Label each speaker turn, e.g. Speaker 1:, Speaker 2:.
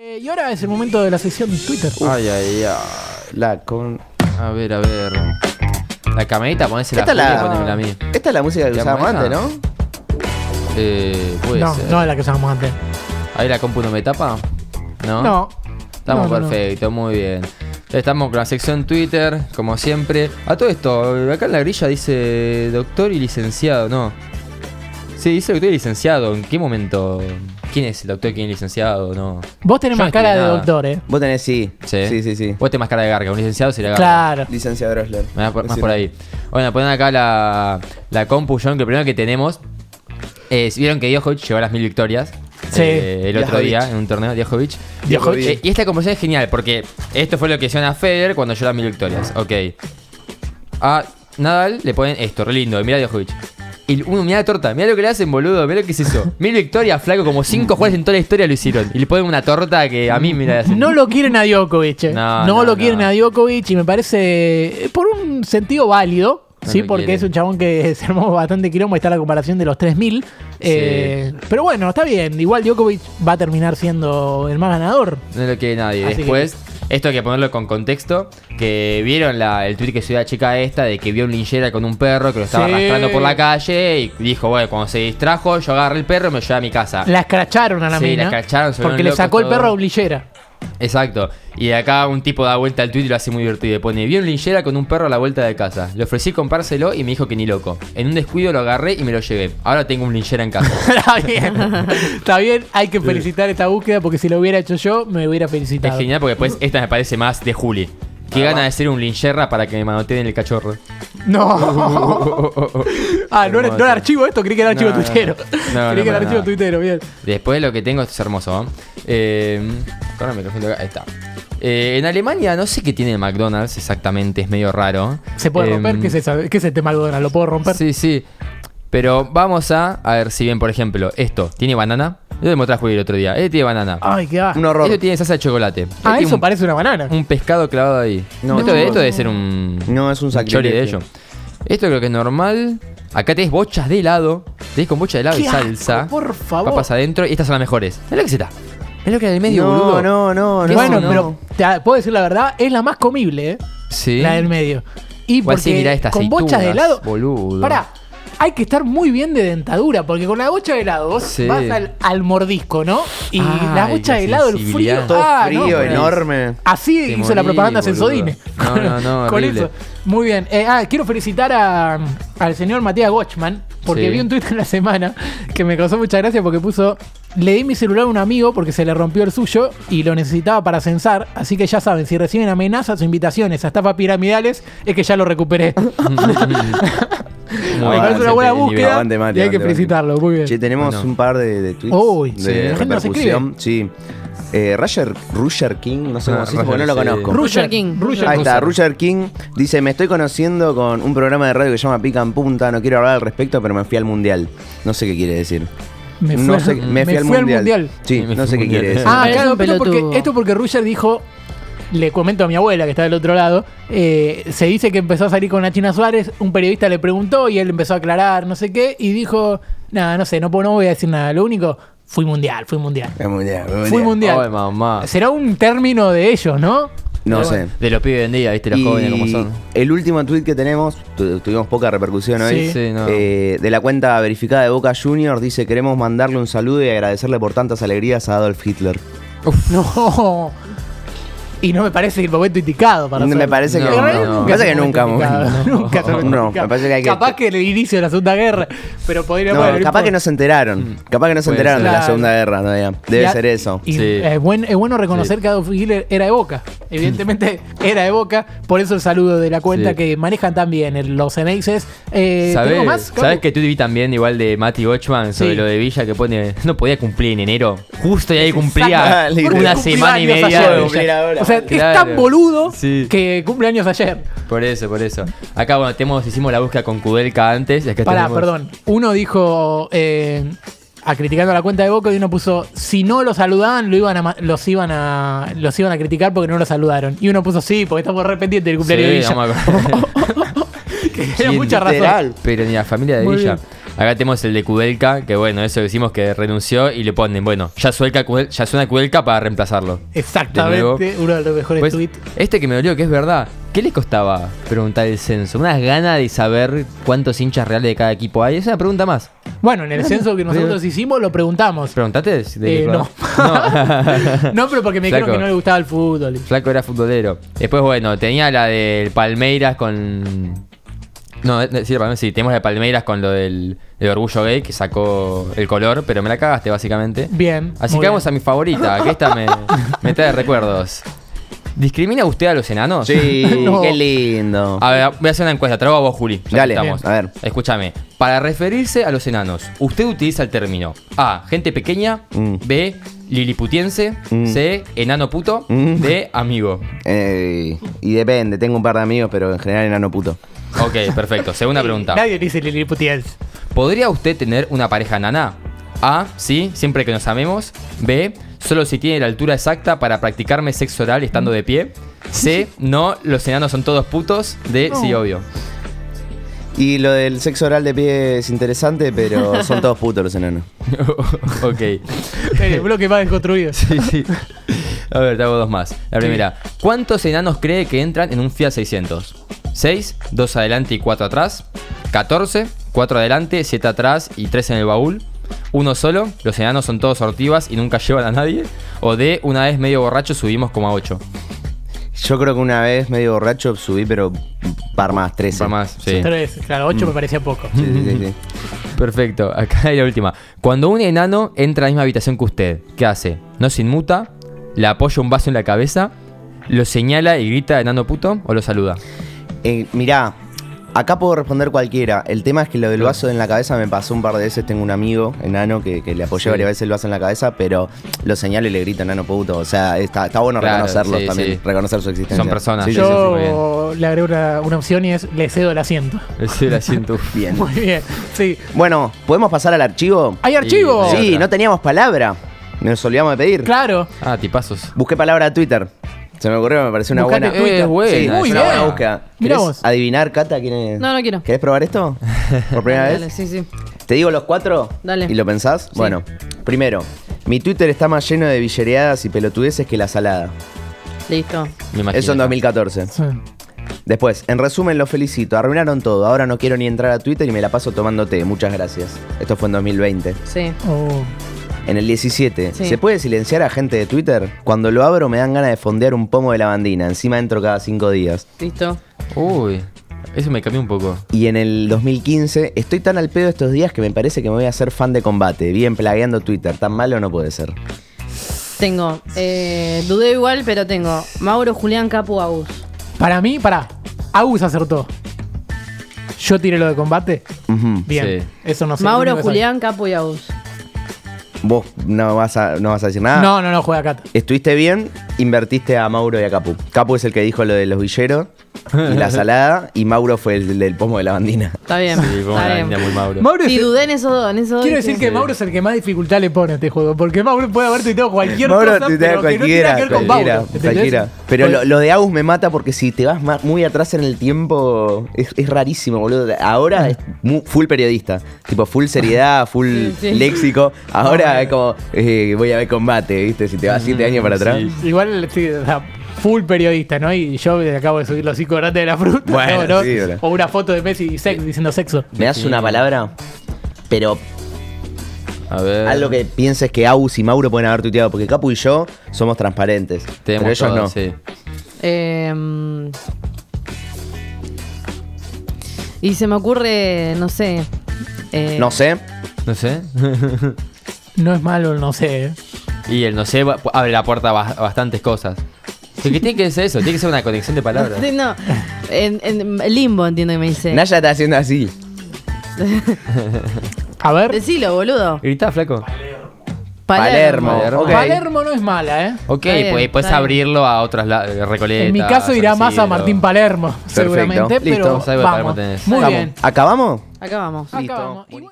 Speaker 1: Eh, y ahora es el momento de la sección de Twitter.
Speaker 2: Ay, ay, ay. La con. A ver, a ver. La camarita, ponésela
Speaker 3: Esta,
Speaker 2: a
Speaker 3: es
Speaker 2: Juli, ponémela
Speaker 3: la,
Speaker 2: a mí.
Speaker 3: esta es la música que
Speaker 2: ¿Te
Speaker 3: usábamos
Speaker 2: acuerdas?
Speaker 3: antes, ¿no?
Speaker 2: Eh, puede
Speaker 1: no,
Speaker 2: ser.
Speaker 1: no es la que usábamos antes.
Speaker 2: Ahí la compu no me tapa. No.
Speaker 1: No.
Speaker 2: Estamos
Speaker 1: No, no, no.
Speaker 2: perfectos, muy bien. Estamos con la sección Twitter, como siempre. A todo esto, acá en la grilla dice doctor y licenciado, ¿no? Sí, dice doctor y licenciado. ¿En qué momento? ¿Quién es el doctor? ¿Quién es el licenciado? No.
Speaker 1: Vos tenés
Speaker 2: Yo
Speaker 1: más
Speaker 2: no
Speaker 1: cara
Speaker 2: escribí
Speaker 1: de
Speaker 2: nada.
Speaker 1: doctor, eh.
Speaker 3: Vos tenés sí. sí, sí. sí.
Speaker 2: Vos tenés más cara de garga, un licenciado sería garga.
Speaker 1: Claro.
Speaker 3: Licenciado Drosler.
Speaker 2: Me da por- más
Speaker 3: Decime.
Speaker 2: por ahí. Bueno, ponen acá la, la compu, John, que lo primero que tenemos es. Vieron que Djokovic llegó a las mil victorias.
Speaker 1: Sí.
Speaker 2: eh, el otro
Speaker 3: Djokovic.
Speaker 2: día en un torneo, Djokovic.
Speaker 3: Djokovic.
Speaker 2: Eh, y esta conversación es genial porque esto fue lo que hicieron a Federer cuando llegó a las mil victorias. Ok. A Nadal le ponen esto, re lindo. Mira Djokovic. Y uno, mira la torta, mira lo que le hacen, boludo, mira lo que es eso. Mil victorias, flaco, como cinco jueces en toda la historia lo hicieron. Y le ponen una torta que a mí, mira,
Speaker 1: No lo quieren a Djokovic. eh.
Speaker 2: No,
Speaker 1: No,
Speaker 2: no,
Speaker 1: lo quieren
Speaker 2: no.
Speaker 1: a Djokovic y me parece eh, por un sentido válido.
Speaker 2: No
Speaker 1: Sí,
Speaker 2: lo
Speaker 1: porque
Speaker 2: quieren.
Speaker 1: es un chabón que se armó bastante quilombo. Está la comparación de los 3000. eh, pero bueno, está bien. Igual Djokovic va a terminar siendo el más ganador.
Speaker 2: No lo quiere nadie.
Speaker 1: Así que-
Speaker 2: Después, esto hay que ponerlo con contexto. Que vieron la, el tweet que subió la chica esta de que vio un linchera con un perro que lo estaba
Speaker 1: Sí.
Speaker 2: arrastrando por la calle y dijo, bueno, cuando se distrajo, yo agarré el perro y me lo llevé a mi casa.
Speaker 1: La escracharon a la
Speaker 2: Ah. Sí, la
Speaker 1: mina.
Speaker 2: escracharon, se
Speaker 1: porque
Speaker 2: volvieron
Speaker 1: le
Speaker 2: locos
Speaker 1: sacó el
Speaker 2: todos.
Speaker 1: perro a Oblillera.
Speaker 2: Exacto. Y acá un tipo da vuelta al tweet y lo hace muy divertido. Y pone, vi un linchera con un perro a la vuelta de casa. Le ofrecí comprárselo y me dijo que ni loco. En un descuido lo agarré y me lo llevé. Ahora tengo un linchera en casa.
Speaker 1: está bien. está bien. Hay que felicitar esta búsqueda porque si lo hubiera hecho yo, me hubiera felicitado.
Speaker 2: es genial porque después esta me parece más de Juli.
Speaker 1: Ah,
Speaker 2: Qué gana de ser un linchera para que me manoteen el cachorro. Oh,
Speaker 1: No. ah, no era, no era archivo esto, creí que era archivo
Speaker 2: No, no, no.
Speaker 1: tuitero.
Speaker 2: No, no,
Speaker 1: creí que
Speaker 2: para
Speaker 1: era archivo
Speaker 2: nada.
Speaker 1: tuitero, bien.
Speaker 2: Después lo que tengo esto es hermoso. ¿no? Eh, corre el micrófono acá, ahí está. Eh, en Alemania no sé qué tiene McDonald's exactamente, es medio raro.
Speaker 1: ¿Se puede
Speaker 2: Eh,
Speaker 1: romper? ¿Qué es, esa? ¿Qué es el tema Godona? ¿Lo puedo romper?
Speaker 2: Sí, sí. Pero vamos a, a ver si bien, por ejemplo, esto tiene banana. Yo te mostré a Juli el otro día. Este tiene banana.
Speaker 1: Ay, qué va.
Speaker 3: Un horror.
Speaker 2: Esto tiene salsa de chocolate. Este
Speaker 1: ah,
Speaker 2: tiene
Speaker 1: eso
Speaker 2: un,
Speaker 1: parece una banana.
Speaker 2: un pescado clavado ahí.
Speaker 3: No.
Speaker 2: esto, esto debe ser un.
Speaker 3: No, es un sacrilegio.
Speaker 2: chori de ello. Esto creo que es normal. Acá tenés bochas de helado. Tenés con bocha de helado y
Speaker 1: ¡Qué asco,
Speaker 2: salsa.
Speaker 1: por favor!
Speaker 2: Papas adentro. Y estas son las mejores. Mirá lo que se está. Mirá lo que hay en el medio,
Speaker 3: No,
Speaker 2: boludo.
Speaker 3: no, no, no.
Speaker 1: bueno,
Speaker 3: no.
Speaker 1: pero te puedo decir la verdad, es la más comible, ¿eh?
Speaker 2: Sí.
Speaker 1: La del medio. Y
Speaker 2: Igual
Speaker 1: porque
Speaker 2: sí, mirá estas
Speaker 1: con bochas de
Speaker 2: aceitunas,
Speaker 1: helado.
Speaker 2: boludo.
Speaker 1: Pará, hay que estar muy bien de dentadura, porque con la bocha de helado vos
Speaker 2: Sí.
Speaker 1: vas al, al mordisco, ¿no? Y
Speaker 2: Ay,
Speaker 1: la bocha
Speaker 2: la
Speaker 1: de helado, el
Speaker 2: sensibilidad.
Speaker 1: frío.
Speaker 3: Todo
Speaker 1: ah, no,
Speaker 3: frío,
Speaker 1: bueno.
Speaker 3: enorme.
Speaker 1: Así
Speaker 2: Te
Speaker 1: hizo la
Speaker 2: morí,
Speaker 1: propaganda
Speaker 2: boludo.
Speaker 1: Sensodine.
Speaker 2: No, no, no,
Speaker 1: Con
Speaker 2: horrible.
Speaker 1: eso. Muy bien. Eh, ah, quiero felicitar a- al señor Matías Gochman, porque
Speaker 2: Sí.
Speaker 1: vi un tuit en la semana que me causó mucha gracia porque puso. Le di mi celular a un amigo porque se le rompió el suyo y lo necesitaba para censar. Así que ya saben, si reciben amenazas o invitaciones a estafas piramidales, es que ya lo recuperé.
Speaker 2: Muy
Speaker 1: Me parece una
Speaker 2: bien,
Speaker 1: buena
Speaker 2: el nivel.
Speaker 1: búsqueda.
Speaker 3: Aguante, Mati,
Speaker 1: y hay que
Speaker 3: aguante,
Speaker 1: felicitarlo. Muy bien.
Speaker 3: Che, tenemos
Speaker 2: Bueno.
Speaker 3: un par de, de tweets.
Speaker 1: Uy,
Speaker 3: de
Speaker 1: sí, la gente nos
Speaker 3: repercusión. Sí. Eh, Roger, Roger King, no sé
Speaker 2: Ah,
Speaker 3: cómo se dice porque no lo
Speaker 2: Roger, sí.
Speaker 3: conozco.
Speaker 1: Roger
Speaker 4: Roger King.
Speaker 1: Roger
Speaker 3: Ahí
Speaker 1: King.
Speaker 3: está, Roger King dice, me estoy conociendo con un programa de radio que se llama Pica en Punta, no quiero hablar al respecto, pero me fui al Mundial. No sé qué quiere decir.
Speaker 1: Me fui,
Speaker 3: no
Speaker 1: al-
Speaker 3: sé, me fui, al, mundial. Sí, no
Speaker 2: Me fui
Speaker 3: sé
Speaker 2: al
Speaker 3: qué
Speaker 2: Mundial.
Speaker 3: quiere decir.
Speaker 1: Ah,
Speaker 4: Parece
Speaker 1: claro,
Speaker 4: un
Speaker 1: pero porque,
Speaker 4: pelotudo.
Speaker 1: esto porque Ruger dijo, le comento a mi abuela que está del otro lado, eh, se dice que empezó a salir con Nachina Suárez, un periodista le preguntó y él empezó a aclarar no sé qué y dijo, nada, no sé, no, puedo- no voy a decir nada, lo único, fui mundial, fui mundial.
Speaker 3: Fui al mundial, fui al
Speaker 1: Fui
Speaker 3: mundial.
Speaker 1: mundial.
Speaker 2: Ay, mamá.
Speaker 1: Será un término de ellos, ¿no?
Speaker 3: No
Speaker 2: Pero
Speaker 3: sé.
Speaker 2: bueno, De los pibes de hoy en día, viste, los
Speaker 3: Y
Speaker 2: jóvenes como son.
Speaker 3: El último tweet que tenemos, tu- tuvimos poca repercusión hoy,
Speaker 1: Sí.
Speaker 2: Sí, no.
Speaker 3: eh, de la cuenta verificada de Boca Junior, dice queremos mandarle un saludo y agradecerle por tantas alegrías a Adolf Hitler.
Speaker 1: No. Y no me parece el momento indicado para
Speaker 3: No,
Speaker 1: hacerlo.
Speaker 3: me parece
Speaker 2: que
Speaker 1: En realidad
Speaker 2: no.
Speaker 1: nunca
Speaker 2: Me
Speaker 1: es
Speaker 3: parece
Speaker 1: el
Speaker 3: que
Speaker 1: momento
Speaker 3: nunca,
Speaker 1: indicado,
Speaker 3: no.
Speaker 1: nunca es el momento
Speaker 3: No, me
Speaker 1: indicado.
Speaker 3: parece que hay que-
Speaker 1: Capaz que el inicio de la Segunda Guerra, pero podría
Speaker 3: No,
Speaker 1: haber-
Speaker 3: capaz que no se enteraron. Capaz que no se
Speaker 2: Puede
Speaker 1: ser.
Speaker 3: enteraron de la
Speaker 1: Claro.
Speaker 3: Segunda Guerra todavía. Debe
Speaker 1: Y a-
Speaker 3: ser eso.
Speaker 1: y
Speaker 2: Sí.
Speaker 1: es, buen- es bueno reconocer
Speaker 2: Sí.
Speaker 1: que Adolf Hitler era de Boca. Evidentemente era de Boca. Por eso el saludo de la cuenta
Speaker 2: Sí.
Speaker 1: que manejan también el- los eneises. Eh,
Speaker 2: ¿Sabés,
Speaker 1: ¿tenemos más?
Speaker 2: sabés
Speaker 1: Capu?
Speaker 2: que tú vi también igual de Mati Gochman sobre
Speaker 1: Sí.
Speaker 2: lo de Villa que pone no podía cumplir en enero? Justo y ahí cumplía
Speaker 3: Dale,
Speaker 2: una
Speaker 1: Ah, Cumplí
Speaker 2: semana y
Speaker 1: años
Speaker 2: media.
Speaker 1: ayer,
Speaker 2: de-
Speaker 3: cumplir
Speaker 1: ya.
Speaker 3: ahora.
Speaker 1: O sea, es
Speaker 2: Claro.
Speaker 1: tan boludo
Speaker 2: Sí.
Speaker 1: que cumple años ayer.
Speaker 2: Por eso, por eso. Acá bueno, tenemos, hicimos la búsqueda con Kudelka antes. y acá
Speaker 1: Pará,
Speaker 2: tenemos-
Speaker 1: perdón. Uno dijo, eh, a criticando la cuenta de Boca, y uno puso, si no lo saludaban, lo iban a, ma- los, iban a, los iban a criticar porque no lo saludaron. Y uno puso, sí, porque estamos arrepentidos del
Speaker 2: Sí,
Speaker 1: cumpleaños de Villa.
Speaker 2: no me acuerdo.
Speaker 1: Tenía mucha razón.
Speaker 3: Literal.
Speaker 2: Pero ni la familia de
Speaker 1: Muy
Speaker 2: Villa.
Speaker 1: bien.
Speaker 2: Acá tenemos el de Kudelka, que bueno, eso decimos que renunció y le ponen, bueno, ya suelca Kudel- ya suena Kudelka para reemplazarlo.
Speaker 1: Exactamente, uno de los mejores
Speaker 2: Pues,
Speaker 1: tweets.
Speaker 2: este que me dolió, que es verdad, ¿qué les costaba preguntar el censo? Unas ganas de saber cuántos hinchas reales de cada equipo hay. Es una pregunta más.
Speaker 1: Bueno,
Speaker 2: eh,
Speaker 1: en el censo que nosotros hicimos lo preguntamos.
Speaker 2: ¿Preguntaste? pues, de- de-
Speaker 1: Eh, no. No, pero porque me dijeron
Speaker 2: Flaco.
Speaker 1: que no le gustaba el fútbol.
Speaker 2: Flaco era futbolero. Después, bueno, tenía la del Palmeiras con. No, eh, sí, perdón, sí, tenemos la de Palmeiras con lo del, del orgullo gay que sacó el color, pero me la cagaste básicamente.
Speaker 1: Bien.
Speaker 2: Así
Speaker 1: muy
Speaker 2: que vamos
Speaker 1: bien.
Speaker 2: a mi favorita, que esta me, me trae recuerdos. ¿Discrimina usted a los enanos?
Speaker 3: Sí,
Speaker 1: No.
Speaker 3: qué lindo.
Speaker 2: A ver, voy a hacer una encuesta, trago a vos, Juli. ya que
Speaker 3: Dale,
Speaker 2: estamos.
Speaker 3: a ver.
Speaker 2: Escúchame. Para referirse a los enanos, usted utiliza el término A, gente pequeña,
Speaker 3: Mm.
Speaker 2: B, liliputiense,
Speaker 3: Mm.
Speaker 2: C, enano puto,
Speaker 3: Mm.
Speaker 2: D, amigo.
Speaker 3: Eh, y depende, tengo un par de amigos, pero en general enano puto.
Speaker 2: Ok, perfecto. Segunda pregunta.
Speaker 1: Nadie dice Lili Putiels.
Speaker 2: ¿Podría usted tener una pareja nana? A, sí, siempre que nos amemos. B, solo si tiene la altura exacta para practicarme sexo oral estando de pie. C, no, los enanos son todos putos. D, sí,
Speaker 1: No.
Speaker 2: obvio.
Speaker 3: Y lo del sexo oral de pie es interesante, pero son todos putos los enanos.
Speaker 2: ok.
Speaker 1: El bloque más desconstruido.
Speaker 2: Sí, sí. A ver, te hago dos más. La primera. ¿Cuántos enanos cree que entran en un Fiat 600? ¿6? ¿2 adelante y 4 atrás? ¿14? ¿4 adelante, 7 atrás y 3 en el baúl? ¿Uno solo? ¿Los enanos son todos sortivas y nunca llevan a nadie? ¿O de una vez medio borracho subimos como a 8?
Speaker 3: Yo creo que una vez medio borracho subí, pero un par más, 13.
Speaker 2: Para más, sí.
Speaker 1: Tres, claro, ocho
Speaker 2: Mm.
Speaker 1: me parecía poco.
Speaker 3: Sí, sí, sí, sí.
Speaker 2: Perfecto, acá hay la última. Cuando un enano entra a la misma habitación que usted, ¿qué hace? ¿No se inmuta? ¿Le apoya un vaso en la cabeza? ¿Lo señala y grita enano puto? ¿O lo saluda?
Speaker 3: Eh, mirá, acá puedo responder cualquiera. El tema es que lo del vaso en la cabeza me pasó un par de veces. Tengo un amigo enano que, que le apoyé
Speaker 2: Sí.
Speaker 3: varias veces el vaso en la cabeza, pero lo señalo y le grito enano puto. O sea, está, está bueno
Speaker 2: Claro,
Speaker 3: reconocerlos
Speaker 2: sí,
Speaker 3: también,
Speaker 2: sí.
Speaker 3: reconocer su existencia.
Speaker 2: Son personas.
Speaker 3: Sí, sí, sí, sí.
Speaker 1: Yo le agrego una, una opción y es le cedo el asiento.
Speaker 2: Ese era asiento.
Speaker 3: Bien.
Speaker 1: Muy bien, sí.
Speaker 3: Bueno, ¿podemos pasar al archivo?
Speaker 1: ¡Hay archivo!
Speaker 2: Otra.
Speaker 3: Sí, no teníamos palabra. Nos olvidamos de pedir.
Speaker 1: Claro.
Speaker 2: Ah, tipazos.
Speaker 3: Busqué palabra de Twitter. Se me ocurrió, me pareció una
Speaker 1: Buscate
Speaker 3: buena.
Speaker 1: Twitter. Eh,
Speaker 2: es buena,
Speaker 3: Sí,
Speaker 1: Muy
Speaker 3: es una
Speaker 1: bien.
Speaker 3: buena búsqueda.
Speaker 1: Mirá
Speaker 3: ¿Querés
Speaker 1: vos.
Speaker 3: adivinar, Cata, quién es?
Speaker 4: No, no quiero.
Speaker 3: ¿Querés probar esto? ¿Por primera
Speaker 4: Dale,
Speaker 3: vez?
Speaker 4: dale, sí, sí.
Speaker 3: ¿Te digo los cuatro?
Speaker 4: Dale.
Speaker 3: ¿Y lo pensás? Bueno, primero, mi Twitter está más lleno de villereadas y pelotudeces que la salada.
Speaker 4: Listo.
Speaker 2: Me imagino.
Speaker 3: Eso en 2014.
Speaker 1: Sí.
Speaker 3: Después, en resumen, los felicito. Arruinaron todo. Ahora no quiero ni entrar a Twitter y me la paso tomando té. Muchas gracias. Esto fue en 2020.
Speaker 4: Sí.
Speaker 1: Oh.
Speaker 3: En el 17,
Speaker 4: Sí.
Speaker 3: ¿se puede silenciar a gente de Twitter? Cuando lo abro me dan ganas de fondear un pomo de lavandina. Encima entro cada cinco días.
Speaker 4: Listo.
Speaker 2: Uy, eso me cambió un poco.
Speaker 3: Y en el 2015, estoy tan al pedo estos días que me parece que me voy a hacer fan de combate. Bien plagueando Twitter. Tan malo no puede ser.
Speaker 4: Tengo. Eh, dudé igual, pero tengo. Mauro Julián Capu Agus.
Speaker 1: Para mí, para. Agus acertó. Yo tiré lo de combate.
Speaker 3: Ujú.
Speaker 1: Bien.
Speaker 2: Sí.
Speaker 1: Eso no sé. lo
Speaker 4: Mauro
Speaker 1: único que
Speaker 4: Julián Capu y Agus.
Speaker 3: Vos no vas a, no vas a decir
Speaker 1: sabe.
Speaker 3: nada.
Speaker 1: No, no, no, juega Cata.
Speaker 3: Estuviste bien, invertiste a Mauro y a Capu. Capu es el que dijo lo de los villeros y la salada. Y Mauro fue el del pomo de lavandina.
Speaker 4: Está bien.
Speaker 2: Sí, como
Speaker 4: está
Speaker 2: una
Speaker 4: bien.
Speaker 2: línea muy Mauro.
Speaker 1: Mauro es
Speaker 4: Sí,
Speaker 1: el-
Speaker 4: dudé en esos dos. En esos dos
Speaker 1: Quiero
Speaker 4: dije-
Speaker 1: decir que Mauro es el que más dificultad le pone a este juego, porque Mauro puede haber tuiteado cualquier
Speaker 3: Mauro,
Speaker 1: cosa, pero
Speaker 3: te- te-
Speaker 1: que no tiene
Speaker 3: cualquiera,
Speaker 1: nada que ver con
Speaker 3: cualquiera,
Speaker 1: Mauro. ¿entendés?
Speaker 3: cualquiera. Pero lo,
Speaker 1: Pues-
Speaker 3: lo de Agus me mata porque si te vas ma- muy atrás en el tiempo, es, es rarísimo, boludo.
Speaker 1: Ah.
Speaker 3: Ahora es mu- full periodista, tipo full seriedad, full
Speaker 4: Sí, sí.
Speaker 3: léxico. Ahora
Speaker 1: Ah,
Speaker 3: es como, eh, voy a ver combate, ¿viste? Si te vas siete años para atrás.
Speaker 2: sí.
Speaker 1: Igual, Mm, sí, o sea, full periodista, ¿no? Y yo le acabo de subir los cinco grandes de la fruta,
Speaker 3: Bueno,
Speaker 1: ¿no?
Speaker 3: sí, bro.
Speaker 1: O una foto de Messi y sex- diciendo sexo.
Speaker 3: ¿Me das una palabra? Pero
Speaker 2: A
Speaker 1: Eh.
Speaker 2: ver.
Speaker 3: algo que pienses que Agus y Mauro pueden haber tuiteado, porque Capu y yo somos transparentes.
Speaker 2: Tenemos
Speaker 3: pero ellos
Speaker 2: todo,
Speaker 3: no.
Speaker 2: sí.
Speaker 4: Eh, mm. y se me ocurre, no sé. eh,
Speaker 3: No sé.
Speaker 2: No sé.
Speaker 1: No es malo, no sé. ¿eh?
Speaker 2: y el no sé va- abre la puerta a ba- a bastantes cosas. Sí, que tiene que ser eso, tiene que ser una conexión de palabras.
Speaker 4: Sí, No, en, en limbo entiendo que me dice.
Speaker 3: Naya está haciendo así.
Speaker 1: A ver,
Speaker 4: Decilo, boludo.
Speaker 2: Grita, flaco.
Speaker 3: Palermo.
Speaker 2: Palermo.
Speaker 3: ok.
Speaker 1: Palermo no es mala, ¿eh?
Speaker 2: Ok,
Speaker 4: Está bien,
Speaker 2: pues puedes
Speaker 4: está bien.
Speaker 2: abrirlo a otras la- Recoleta.
Speaker 1: En mi caso irá
Speaker 2: San
Speaker 1: más a
Speaker 2: Isidro.
Speaker 1: Martín Palermo, seguramente,
Speaker 3: Listo.
Speaker 1: pero
Speaker 2: Vamos a ver, Palermo
Speaker 1: vamos.
Speaker 2: tenés.
Speaker 1: Muy
Speaker 3: Vamos.
Speaker 1: bien.
Speaker 3: ¿Acabamos?
Speaker 4: Acá vamos.
Speaker 1: Acabamos. Igual-